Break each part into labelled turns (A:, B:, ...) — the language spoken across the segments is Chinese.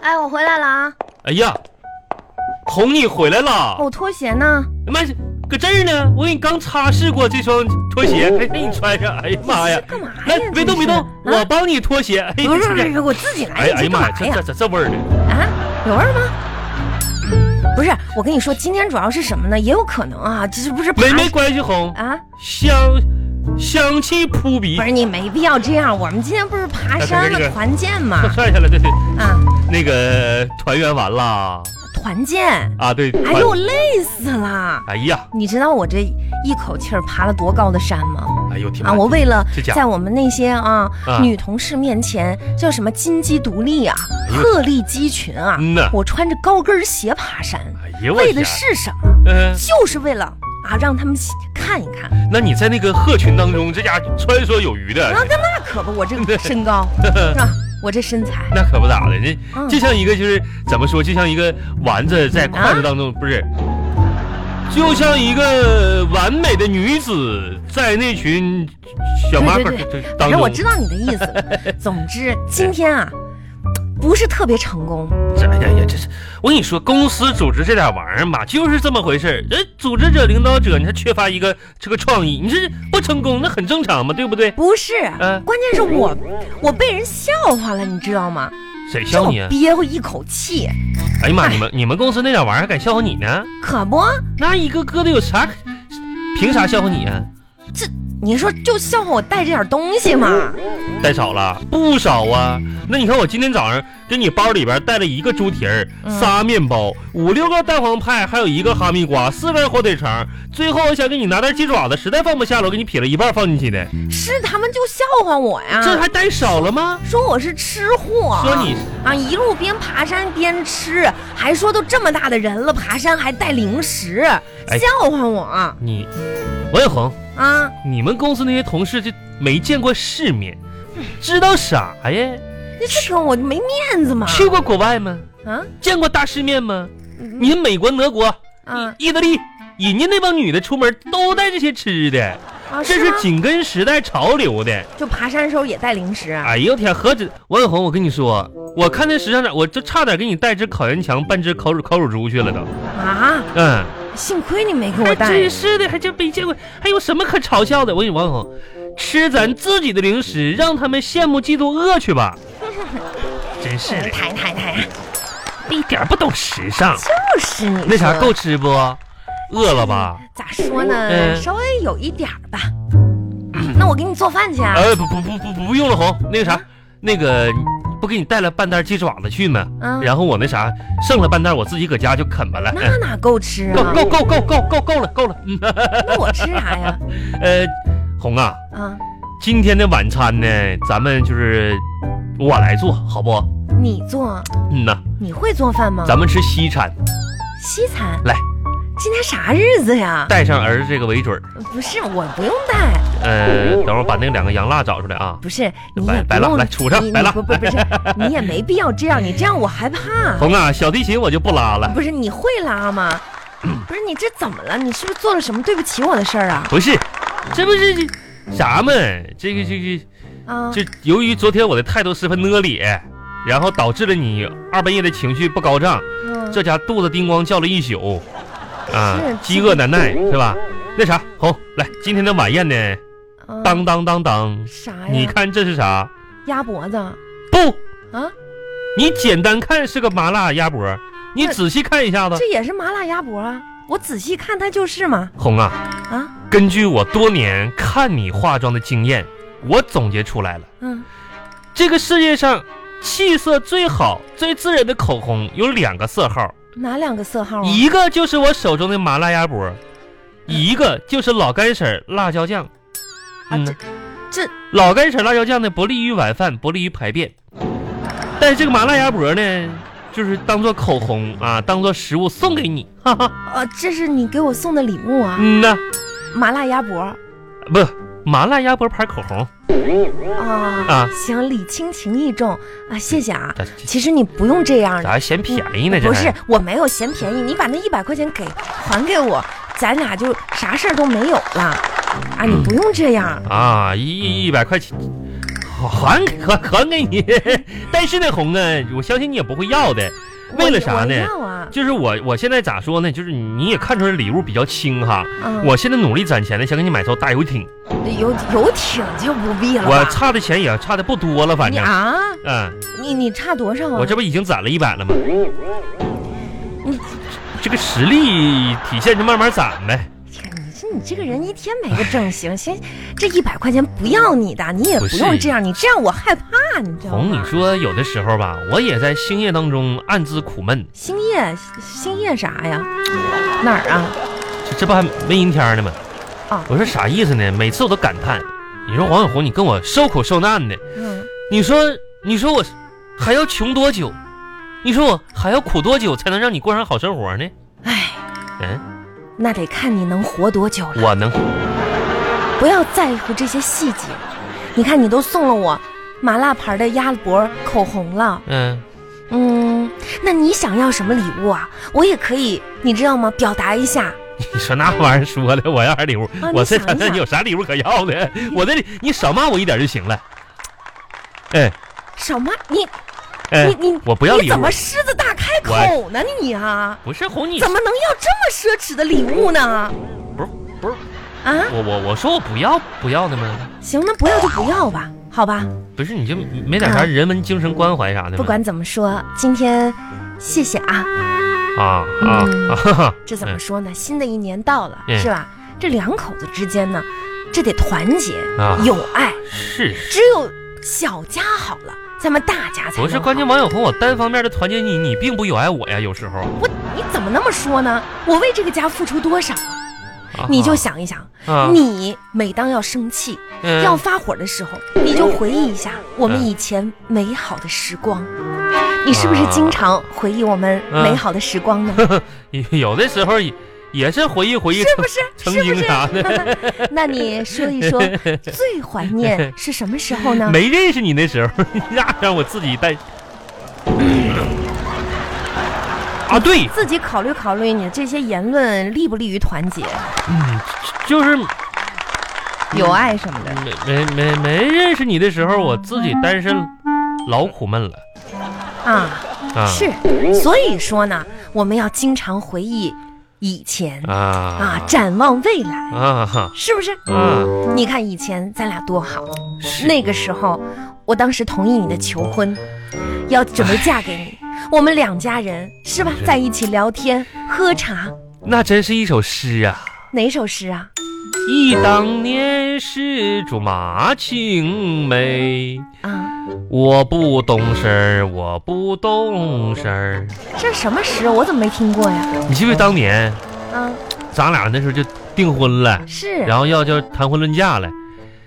A: 了啊！哦
B: 哎呀，红你回来了！
A: 我拖鞋呢？
B: 妈，搁这儿呢！我给你刚擦拭过这双拖鞋，哎，给你穿上。哎呀妈呀！
A: 哦干嘛呀？
B: 来，别动别动，
A: 这是啊
B: 我帮你脱鞋。哎
A: 不是不是不是，我自己来。
B: 哎呀哎呀
A: 你这干
B: 妈呀，
A: 嘛
B: 这这
A: 呀？
B: 这这味儿的，
A: 啊，有味儿吗？不是，我跟你说，今天主要是什么呢？也有可能啊，这是不是爬
B: 没没关系，红，
A: 啊？
B: 香香气扑鼻
A: 不，是你没必要这样，我们今天不是爬山
B: 这个这
A: 了，
B: 个
A: 团建 嘛
B: 快晒下来，对对，
A: 啊，
B: 那个团圆完了
A: 团建。
B: 啊，对，
A: 哎
B: 团
A: 呦，累死了！
B: 哎呀，
A: 你知道我这一口气儿爬了多高的山吗？
B: 哎呦天
A: 啊，我为了
B: 这家伙
A: 在我们那些啊
B: 啊
A: 女同事面前叫什么金鸡独立啊、鹤立鸡群啊
B: 哎嗯呐，
A: 我穿着高跟鞋爬山，
B: 哎呀我
A: 为的
B: 天，
A: 是什么？
B: 嗯，
A: 就是为了啊让他们看一看。
B: 那你在那个鹤群当中，这家伙穿梭有余的，
A: 那那那可不，我这个身 高是吧？我这身材，
B: 那可不咋的，这
A: 嗯啊
B: 就像一个就是怎么说，就像一个丸子在筷子当中，不是，就像一个完美的女子在那群小麻
A: 对
B: 瓜
A: 对对，反哎
B: 当中，
A: 正我知道你的意思 了。总之，今天啊不是特别成功，
B: 这哎呀呀，这是我跟你说，公司组织这点玩意儿嘛，就是这么回事儿。人组织者、领导者，你还缺乏一个这个创意，你这不成功，那很正常嘛，对不对？
A: 不是
B: 嗯，
A: 关键是我我被人笑话了，你知道吗？
B: 谁
A: 就
B: 笑
A: 我
B: 你啊？
A: 憋回一口气，
B: 哎呀妈，
A: 哎
B: 你们你们公司那点玩意儿还敢笑话你呢？
A: 可不。
B: 那一个个的有啥可？凭啥笑话你啊？
A: 你说就笑话我带这点东西嘛？
B: 带少了不少啊。那你看我今天早上给你包里边带了一个猪蹄儿、
A: 嗯
B: 仨面包、五六个蛋黄派，还有一个哈密瓜、四根火腿肠。最后我想给你拿点鸡爪子，实在放不下了，我给你撇了一半放进去的。
A: 是他们就笑话我呀，
B: 这还带少了吗？
A: 说我是吃货，
B: 说你
A: 啊，一路边爬山边吃，还说都这么大的人了，爬山还带零食，
B: 哎
A: 笑话我啊！
B: 你王小红，你们公司那些同事就没见过世面，知道啥呀？
A: 你这个我没面子嘛？
B: 去过国外吗？
A: 啊，
B: 见过大世面吗？
A: 你
B: 你看美国、德国、
A: 啊
B: 意大利，人家那帮女的出门都带这些吃的。
A: 啊，
B: 这
A: 吗
B: 是紧跟时代潮流的。
A: 就爬山的时候也带零食啊？
B: 哎呦天，何止王小红，我跟你说，我看那时尚展，我就差点给你带只烤羊肠、半只烤乳烤乳猪去了都。嗯，
A: 啊幸亏你没给我
B: 还
A: 带
B: 真，哎是的，还真没见过，还有什么可嘲笑的？我跟你说王小红，吃咱自己的零食，让他们羡慕、嫉妒、饿去 吧。真是的，
A: 哎抬抬抬，
B: 一点不懂时尚。
A: 就是你
B: 那啥
A: 说
B: 够吃不？饿了吧？
A: 咋说呢？
B: 嗯
A: 稍微有一点儿吧。那我给你做饭去啊。嗯
B: 呃，不不不不不用了，红，那个啥，那个不给你带了半袋鸡爪子去吗？
A: 嗯
B: 然后我那啥剩了半袋，我自己搁家就啃吧了。
A: 那
B: 嗯
A: 哪够吃
B: 够
A: 啊？
B: 够够够够够够了够了。嗯
A: 那我吃啥呀？
B: 呃，红啊，
A: 啊，
B: 今天的晚餐呢，咱们就是我来做好不？
A: 你做，
B: 嗯呐，
A: 你会做饭吗？
B: 咱们吃西餐，
A: 西餐
B: 来
A: 今天啥日子呀？
B: 带上儿子这个为准儿。
A: 不是，我不用带，
B: 呃，等会儿把那两个羊辣找出来啊。
A: 不是你
B: 白
A: 也不
B: 白浪
A: 用，
B: 来杵上
A: 你
B: 白
A: 你
B: 浪
A: 不不不是，你也没必要这样，你这样我害怕。
B: 红啊，小提琴我就不拉了。
A: 不是你会拉吗？
B: 嗯
A: 不是你这怎么了？你是不是做了什么对不起我的事儿啊？
B: 不是，这不是这咱们这个这个。
A: 啊，
B: 就由于昨天我的态度十分呢咧，然后导致了你二半夜的情绪不高涨，
A: 嗯
B: 这家肚子叮咣叫了一宿，啊
A: 是，
B: 饥饿难耐是吧？那啥，红来，今天的晚宴呢？
A: 啊
B: 当当当当，
A: 啥
B: 你
A: 哎呀？
B: 看这是啥？
A: 鸭脖子啊？
B: 不，你简单看是个麻辣鸭脖，你仔细看一下子，
A: 这也是麻辣鸭脖啊？我仔细看它就是嘛。
B: 红啊，
A: 啊，
B: 根据我多年看你化妆的经验，我总结出来了。
A: 嗯，
B: 这个世界上气色最好、最自然的口红有两个色号，
A: 哪两个色号啊？嗯
B: 一个就是我手中的麻辣鸭脖，一个就是老干婶儿辣椒酱。
A: 啊
B: 嗯
A: 这，这
B: 老干婶儿辣椒酱呢，不利于晚饭，不利于排便。但是这个麻辣鸭脖呢，就是当做口红啊，当做食物送给你。 哈哈，
A: 啊，这是你给我送的礼物啊，
B: 嗯呐，
A: 麻辣鸭脖
B: 不，麻辣鸭脖牌口红
A: 啊。
B: 啊，
A: 行，礼轻情意重啊，谢谢啊。
B: 咋
A: 其实你不用这样，
B: 咋还嫌便宜呢？这
A: 不
B: 还
A: 是我没有嫌便宜，你把那一百块钱给还给我，咱俩就
B: 嗯
A: 啥事儿都没有了啊！你不用这样，
B: 啊，一一一百块钱，还还还给你。 但是呢，红啊，我相信你也不会要的。为了啥
A: 我
B: 呢？
A: 要啊，
B: 就是我我现在咋说呢？就是你也看出来礼物比较轻哈。
A: 嗯，
B: 我现在努力攒钱呢，想给你买艘大游艇。
A: 游游艇就不必了
B: 我
A: 吧？
B: 差的钱也差的不多了，反
A: 你
B: 正。
A: 啊，
B: 嗯，
A: 你你差多少啊？
B: 我这不已经攒了一百了吗？
A: 嗯
B: 这个实力体现就慢慢攒呗。
A: 天你这你这个人一天没个正形，先这一百块钱不要你的，你也
B: 不
A: 不
B: 是
A: 用这样，你这样我害怕，你知道
B: 红，你
A: 吗？
B: 说有的时候吧，我也在星夜当中暗自苦闷，
A: 星夜星夜啥呀？哪儿啊？
B: 这这不还没阴天呢吗？
A: 啊
B: 我说啥意思呢？每次我都感叹，你说黄小红，你跟我受苦受难的，
A: 嗯，
B: 你说你说我还要穷多久？你说我还要苦多久才能让你过上好生活呢？
A: 哎，
B: 嗯，
A: 那得看你能活多久了。
B: 我能，
A: 不要在乎这些细节。你看，你都送了我麻辣牌的鸭脖口红了，
B: 嗯，
A: 嗯，那你想要什么礼物啊？我也可以，你知道吗？表达一下。
B: 你说那玩意儿说的，我要啥礼物？
A: 啊
B: 我
A: 你
B: 这
A: 想一
B: 你
A: 想
B: 有啥礼物可要的？我这里你少骂我一点就行了。哎
A: 少妈，你
B: 哎
A: 你你，
B: 我不要
A: 你
B: 礼
A: 怎
B: 物
A: 么，狮子大开口呢？你啊，
B: 不是 哄你，
A: 怎么能要这么奢侈的礼物呢？
B: 不是不是，
A: 啊，
B: 我我我说我不要不要的吗？
A: 行，那不要就不要吧，好吧。
B: 不是你就没点啥
A: 啊
B: 人文精神关怀啥的吗？
A: 不管怎么说，今天谢谢啊。
B: 啊啊
A: 嗯
B: 啊！哈哈
A: 这怎么说呢？新的一年到了，
B: 嗯
A: 是吧？这两口子之间呢，这得团结
B: 啊，
A: 友爱。
B: 是是，
A: 只有小家好了，咱们大家才
B: 不是
A: 能
B: 关键？
A: 好
B: 王小红，我单方面的团结你，你并不友爱我呀，有时候。
A: 我你怎么那么说呢？我为这个家付出多少？
B: 啊
A: 你就想一想，
B: 啊
A: 你每当要生气、
B: 嗯
A: 要发火的时候，你就回忆一下我们以前美好的时光。你是不是经常回忆我们美好的时光
B: 嗯
A: 呢？
B: 有的时候也也是回忆回忆
A: 是
B: 曾
A: 不是？
B: 曾
A: 是不
B: 经
A: 是？
B: 啥的，
A: 那你说一 说，最怀念是什么时候呢？
B: 没认识你那时候， 那让我自己 带。啊，对，
A: 自己考虑考虑，你这些言论利不利于团结、
B: 嗯就是
A: 友爱什么的？
B: 没没没没认识你的时候，我自己单身老苦闷了
A: 啊，
B: 啊。
A: 是，所以说呢，我们要经常回忆以前
B: 啊
A: 啊，
B: 啊
A: 展望未来，
B: 啊哈
A: 是不是？
B: 啊！
A: 你看以前咱俩多好，
B: 是
A: 那个时候，我当时同意你的求婚，要准备嫁给你，我们两家人是吧，
B: 哦是
A: 在一起聊天喝茶，
B: 那真是一首诗啊！
A: 哪首诗啊？
B: 忆当年是竹马青梅，
A: 啊，
B: 我不懂事儿，我不懂事儿。
A: 这什么诗？啊我怎么没听过呀？
B: 你记不记得当年
A: 啊，
B: 咱俩那时候就订婚了，
A: 是，
B: 然后要就谈婚论嫁了，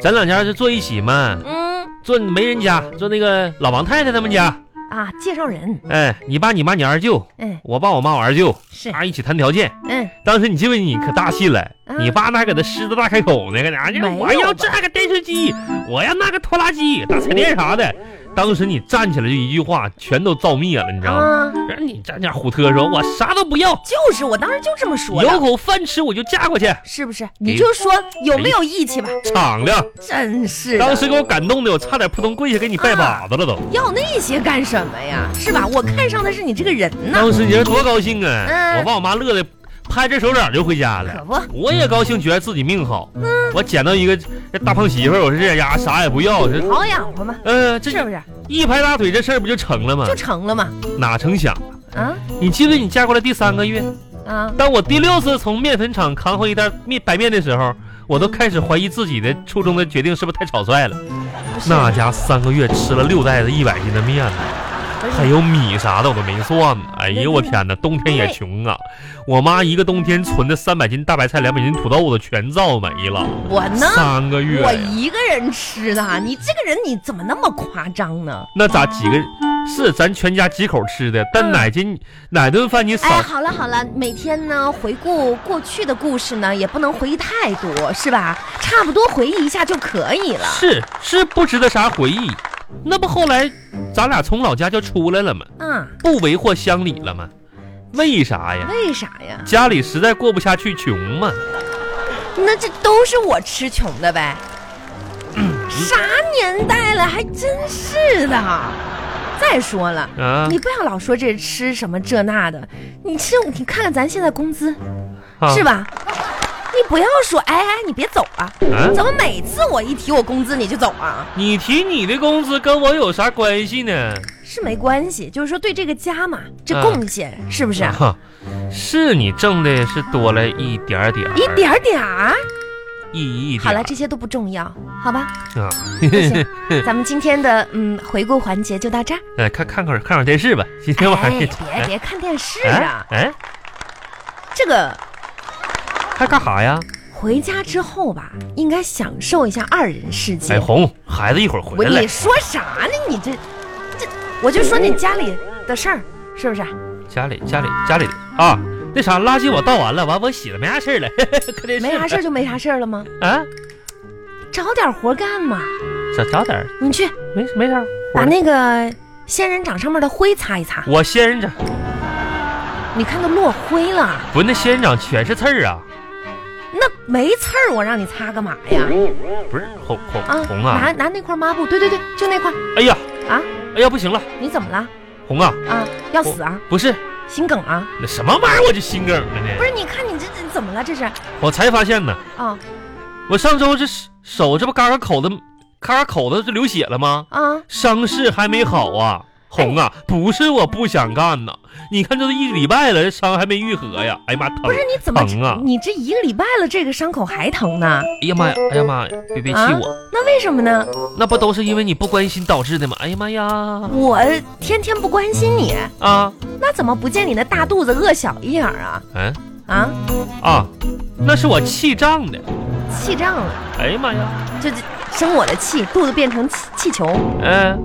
B: 咱两家就坐一起嘛，
A: 嗯
B: 坐媒人家，坐那个老王太太他们家。
A: 啊，介绍人，
B: 哎，你爸、你妈、你二舅，
A: 嗯，
B: 我爸、我妈、我二舅，
A: 是，
B: 啊，一起谈条件。
A: 嗯，
B: 当时你记不记得你可大气了，
A: 啊
B: 你爸那还搁那狮子大开口呢，搁那哎
A: 没有吧
B: 我要这个电视机，我要那个拖拉机、大彩电啥的。当时你站起来就一句话，全都造灭了，你知道吗？
A: 啊，
B: 然后你站那胡特说，我啥都不要，
A: 就是，我当时就这么说的。
B: 有口饭吃我就嫁过去，
A: 是不是？你就说有没有义气吧，
B: 敞亮。
A: 真是
B: 当
A: 的，嗯
B: 时给我感动的，我差点扑通跪下给你拜把子了都。
A: 要那些干什么呀？是吧？我看上的是你这个人呐，
B: 当时你说多高兴啊！
A: 嗯
B: 我爸我妈乐的拍着手掌就回家了
A: 可。不，
B: 我也高兴，觉得自己命好。
A: 嗯
B: 我捡到一个这大胖媳妇儿，我说这丫啥也不要，这
A: 好养活嘛，
B: 呃，这
A: 是不是
B: 一拍大腿，这事儿不就成了吗
A: 就？成了嘛？
B: 哪成想，
A: 啊
B: 你记不记得你嫁过来第三个月，
A: 啊，
B: 当我第六次从面粉厂扛回一袋面白面的时候，我都开始怀疑自己的初中的决定是不是太草率了。
A: 不是
B: 那家三个月吃了六袋子一百斤的面呢，
A: 不是
B: 还有米啥的我都没算呢。哎呦我天哪，冬天也穷啊！我妈一个冬天存的三百斤大白菜、两百斤土豆子全造没了，
A: 我呢，
B: 三个月
A: 我
B: 呀。
A: 一个人吃的，啊你这个人你怎么那么夸张呢？
B: 那咋几个？是咱全家几口吃的，但
A: 嗯
B: 哪斤哪顿饭你少
A: 哎，好了好了，每天呢回顾过去的故事呢，也不能回忆太多，是吧？差不多回忆一下就可以了。
B: 是是不值得啥回忆。那不后来咱俩从老家就出来了吗？
A: 啊，
B: 不为祸乡里了吗？为啥呀？
A: 为啥呀？
B: 家里实在过不下去，穷嘛。
A: 那这都是我吃穷的呗，啥年代了，还真是的。再说了，
B: 啊
A: 你不要老说这吃什么这那的，你吃你看看咱现在工资、
B: 啊
A: 是吧？你不要说，哎哎，你别走啊！
B: 啊
A: 怎么每次我一提我工资你就走啊？
B: 你提你的工资跟我有啥关系呢？
A: 是没关系，就是说对这个家嘛，这
B: 啊
A: 贡献、是不是？啊
B: 哈，是你挣的是多了一点儿点儿，
A: 一点儿点儿，
B: 一一点儿。
A: 好了，这些都不重要，好吧？
B: 啊，
A: 那 行，咱们今天的嗯回顾环节就到这儿。
B: 来哎看看会儿看会儿电视吧，今天 晚上
A: 哎，
B: 也
A: 别别看电视
B: 哎
A: 啊，
B: 哎，
A: 这个
B: 还干啥呀？
A: 回家之后吧，应该享受一下二人世界。
B: 哎，红孩子一会儿
A: 我
B: 回来
A: 你，说啥呢？你这这，我就说你家里的事儿是不是？
B: 家里家里家里啊，那啥垃圾我倒完了，完我洗了没啥事儿了， 看电视
A: 没啥事儿就没啥事儿了吗？
B: 啊，
A: 找点活干嘛？
B: 找找点儿
A: 你去
B: 没没啥，
A: 把
B: 活儿
A: 那个仙人掌上面的灰擦一擦，
B: 我仙人掌
A: 你看都落灰了，
B: 不是那仙人掌全是刺儿啊，
A: 那没刺儿，我让你擦干嘛呀？
B: 不是红红
A: 啊，
B: 红啊
A: 拿，拿那块抹布，对对对，就那块
B: 哎呀
A: 啊，
B: 哎呀不行了，
A: 你怎么了
B: 红啊，
A: 啊？要死啊？
B: 不是
A: 心梗啊？
B: 那什么玩意儿，我就心梗了呢
A: 不。是，你看你这这怎么了？这是啊、啊
B: 我才发现呢，我上周这手手这不嘎嘎口子，嘎嘎口子就流血了吗？
A: 啊，
B: 伤势还没好啊，红啊，不是我不想干呐，你看这都一礼拜了，这伤还没愈合呀，哎呀妈疼！
A: 不是你怎么这、
B: 疼啊
A: 你这一个礼拜了，这个伤口还疼呢？
B: 哎呀妈呀，哎呀妈呀，别别气
A: 啊
B: 我，
A: 那为什么呢？
B: 那不都是因为你不关心导致的吗？哎呀妈呀，
A: 我天天不关心你，
B: 啊，
A: 那怎么不见你那大肚子饿小一样啊？
B: 嗯
A: 啊，
B: 啊，那是我气胀的，
A: 气胀了，
B: 哎呀妈呀，
A: 就这生我的气，肚子变成气气球，
B: 嗯、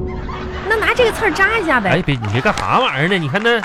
A: 那拿这个刺儿扎一下呗。
B: 哎别你别干啥玩意儿呢？你看那